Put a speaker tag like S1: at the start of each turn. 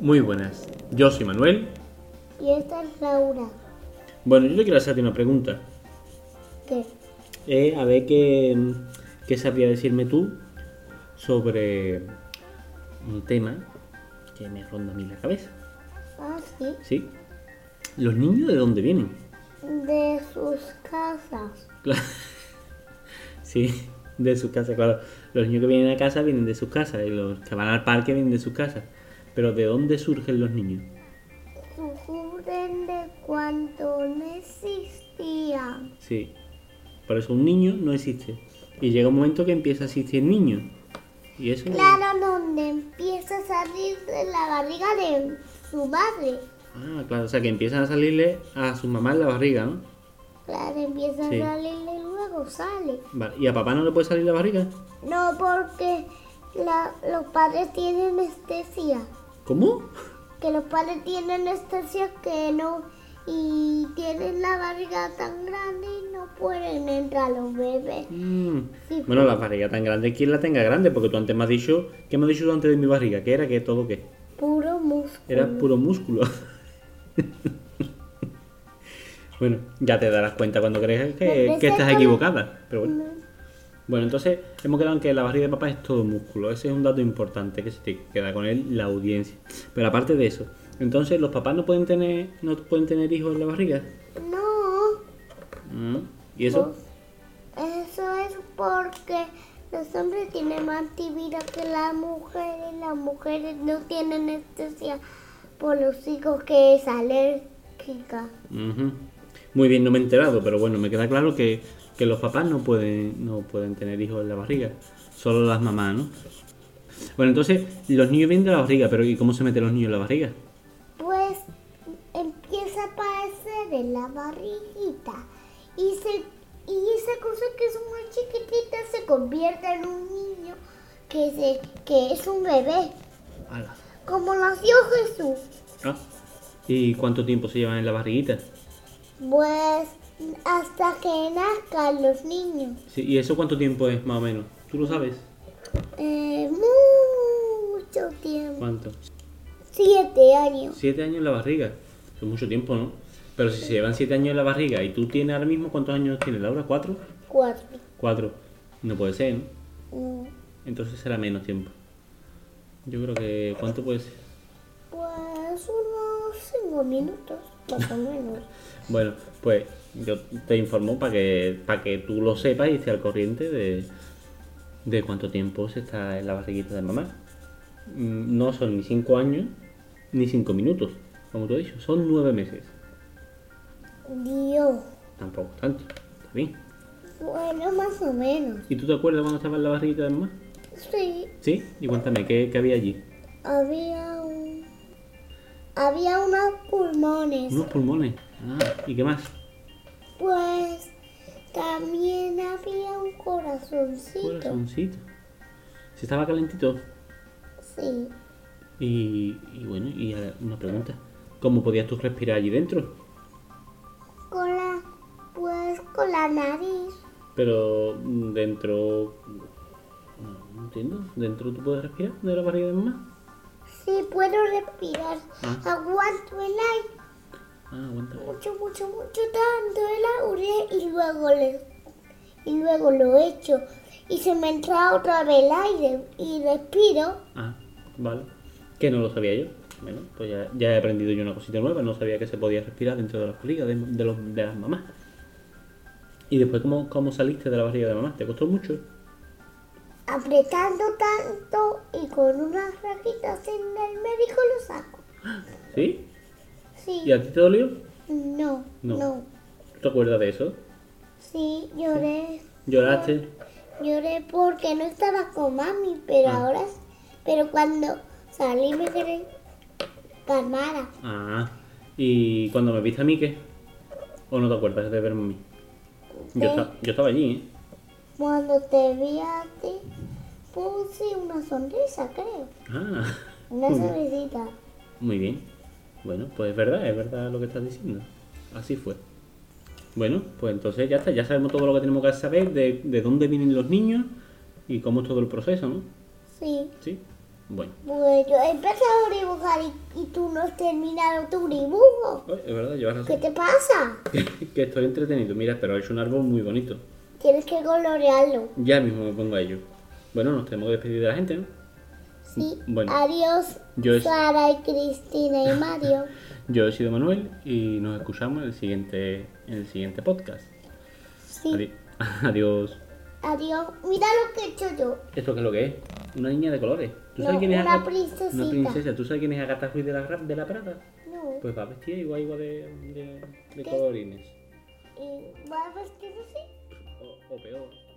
S1: Muy buenas. Yo soy Manuel.
S2: Y esta es Laura.
S3: Bueno, yo te quiero hacerte una pregunta.
S2: ¿Qué?
S3: Eh, a ver qué, qué sabría decirme tú sobre un tema que me ronda a mí la cabeza.
S2: Ah, sí.
S3: ¿Sí? ¿Los niños de dónde vienen?
S2: De sus casas.
S3: Claro. Sí, de sus casas, claro. Los niños que vienen a casa vienen de sus casas y los que van al parque vienen de sus casas. Pero ¿de dónde surgen los niños?
S2: Surgen de cuando no existían.
S3: Sí. Por eso un niño no existe. Y llega un momento que empieza a existir niños. Y eso...
S2: Claro, donde empieza a salir de la barriga de su madre.
S3: Ah, claro, o sea que empiezan a salirle a su mamá en la barriga, ¿no?
S2: Claro, empieza
S3: Sí.
S2: a salir y luego sale.
S3: Vale. ¿Y a papá no le puede salir la barriga?
S2: No, porque la- los padres tienen anestesia.
S3: ¿Cómo?
S2: Que los padres tienen anestesia que no. Y tienen la barriga tan grande y no pueden entrar los bebés.
S3: Mm.
S2: Sí.
S3: Bueno, la barriga tan grande, quien la tenga grande, porque tú antes me has dicho, ¿qué me has dicho tú antes de mi barriga? ¿Qué era? ¿Qué todo qué?
S2: Puro músculo.
S3: Era puro músculo. bueno, ya te darás cuenta cuando creas que,
S2: Pero
S3: que estás
S2: Pues ese-
S3: equivocada. Pero bueno.
S2: No,
S3: bueno, entonces hemos quedado en que la barriga de papá es todo músculo. Ese es un dato importante que se te queda con él la audiencia. Pero aparte de eso, entonces los papás no pueden tener, no pueden tener hijos en la barriga.
S2: No,
S3: Mm. ¿Y eso?
S2: eso es porque los hombres tienen más antivida que las mujeres. Las mujeres no tienen anestesia por los hijos que es alérgica.
S3: Ujú. Muy bien, no me he enterado, pero bueno, me queda claro que, que los papás no pueden, no pueden tener hijos en la barriga, solo las mamás, ¿no? Bueno, entonces los niños vienen de la barriga, pero ¿y cómo se meten los niños en la barriga?
S2: Pues empieza a aparecer en la barriguita y se y esa cosa que es muy chiquitita se convierte en un niño que se que es un bebé,
S3: Ala.
S2: como nació Jesús.
S3: Ah, ¿Y cuánto tiempo se llevan en la barriguita?
S2: Pues hasta que nazcan los niños.
S3: Sí, ¿Y eso cuánto tiempo es más o menos? ¿Tú lo sabes?
S2: Eh, mucho tiempo.
S3: ¿Cuánto?
S2: Siete años.
S3: Siete años en la barriga. Es mucho tiempo, ¿no? Pero si se llevan siete años en la barriga y tú tienes ahora mismo, ¿cuántos años tienes, Laura? ¿Cuatro?
S2: Cuatro.
S3: Cuatro. No puede ser, ¿no?
S2: Mm,
S3: Entonces será menos tiempo. Yo creo que. ¿Cuánto puede ser?
S2: Pues unos cinco minutos, más o menos.
S3: Bueno, pues yo te informo para que, para que tú lo sepas y estés al corriente de, de cuánto tiempo se está en la barriguita de mamá. Mm, No son ni cinco años ni cinco minutos, como te he dicho, son nueve meses.
S2: Dios.
S3: Tampoco tanto, está bien.
S2: Bueno, más o menos.
S3: ¿Y tú te acuerdas cuando estaba en la barriguita de mamá?
S2: Sí,
S3: Sí, y cuéntame, ¿qué, qué había allí?
S2: había un... Había unos pulmones.
S3: Unos pulmones. Ah, ¿y qué más?
S2: Pues también había un corazoncito.
S3: Corazoncito. ¿Se estaba calentito?
S2: Sí.
S3: Y, y bueno, y ahora una pregunta. ¿Cómo podías tú respirar allí dentro?
S2: Con la... Pues con la nariz.
S3: Pero mm, dentro... No, no entiendo. ¿Dentro tú puedes respirar de la barriga de mamá?
S2: Sí, puedo respirar.
S3: Ah.
S2: Aguanto el aire.
S3: Ah, aguanta.
S2: Mucho, mucho, mucho tanto el aire y luego le... Y luego lo echo. Y se me entra otra vez el aire y respiro.
S3: Ah, vale. Que no lo sabía yo. Bueno, pues ya, ya he aprendido yo una cosita nueva. No sabía que se podía respirar dentro de las barrigas de, de los- de las mamás. ¿Y después ¿cómo, cómo saliste de la barriga de mamá? ¿Te costó mucho?
S2: apretando tanto y con unas rajitas en el médico lo saco.
S3: ¿Sí?
S2: Sí,
S3: ¿Y a ti te dolió?
S2: no,
S3: No.
S2: no,
S3: ¿Tú te acuerdas de eso?
S2: Sí, lloré,
S3: ¿Lloraste?
S2: lloré porque no estaba con mami, pero
S3: Ah.
S2: ahora, pero cuando salí me quedé calmada.
S3: Ah, y cuando me viste a mí, ¿qué? ¿O no te acuerdas de verme a mí? Yo,
S2: Te-
S3: esta- yo estaba allí, ¿eh?
S2: Cuando te vi a ti, puse una sonrisa, creo,
S3: Ah,
S2: una
S3: Mm.
S2: sonrisita.
S3: muy bien. Bueno, pues es verdad, es verdad lo que estás diciendo. Así fue. Bueno, pues entonces ya está, ya sabemos todo lo que tenemos que saber de, de dónde vienen los niños y cómo es todo el proceso, ¿no?
S2: Sí,
S3: Sí. Bueno,
S2: Bueno, yo he empezado a dibujar y, y tú no has terminado tu dibujo.
S3: Ay, es verdad, llevas
S2: ¿Qué
S3: razón.
S2: te pasa?
S3: que estoy entretenido. Mira, pero he hecho un árbol muy bonito.
S2: Tienes que colorearlo.
S3: Ya mismo me pongo a ello. Bueno, nos tenemos que despedir de la gente, ¿no?
S2: Sí.
S3: Bueno.
S2: Adiós,
S3: Yo es-
S2: Sara y Cristina y Mario.
S3: Yo he sido Manuel y nos escuchamos en el siguiente, en el siguiente podcast.
S2: Sí.
S3: Adi- Adiós.
S2: Adiós. Mira lo que he hecho yo.
S3: ¿Esto qué es lo que es? Una niña de colores. ¿Tú
S2: No,
S3: sabes quién es
S2: una
S3: Agat-
S2: princesita.
S3: Una princesa. ¿Tú sabes quién es Agatha Ruiz de la, Ra- de la Prada?
S2: No.
S3: Pues va vestida igual, igual de, de, de colorines.
S2: ¿Y vas eh, a vestir así?
S3: O- o peor.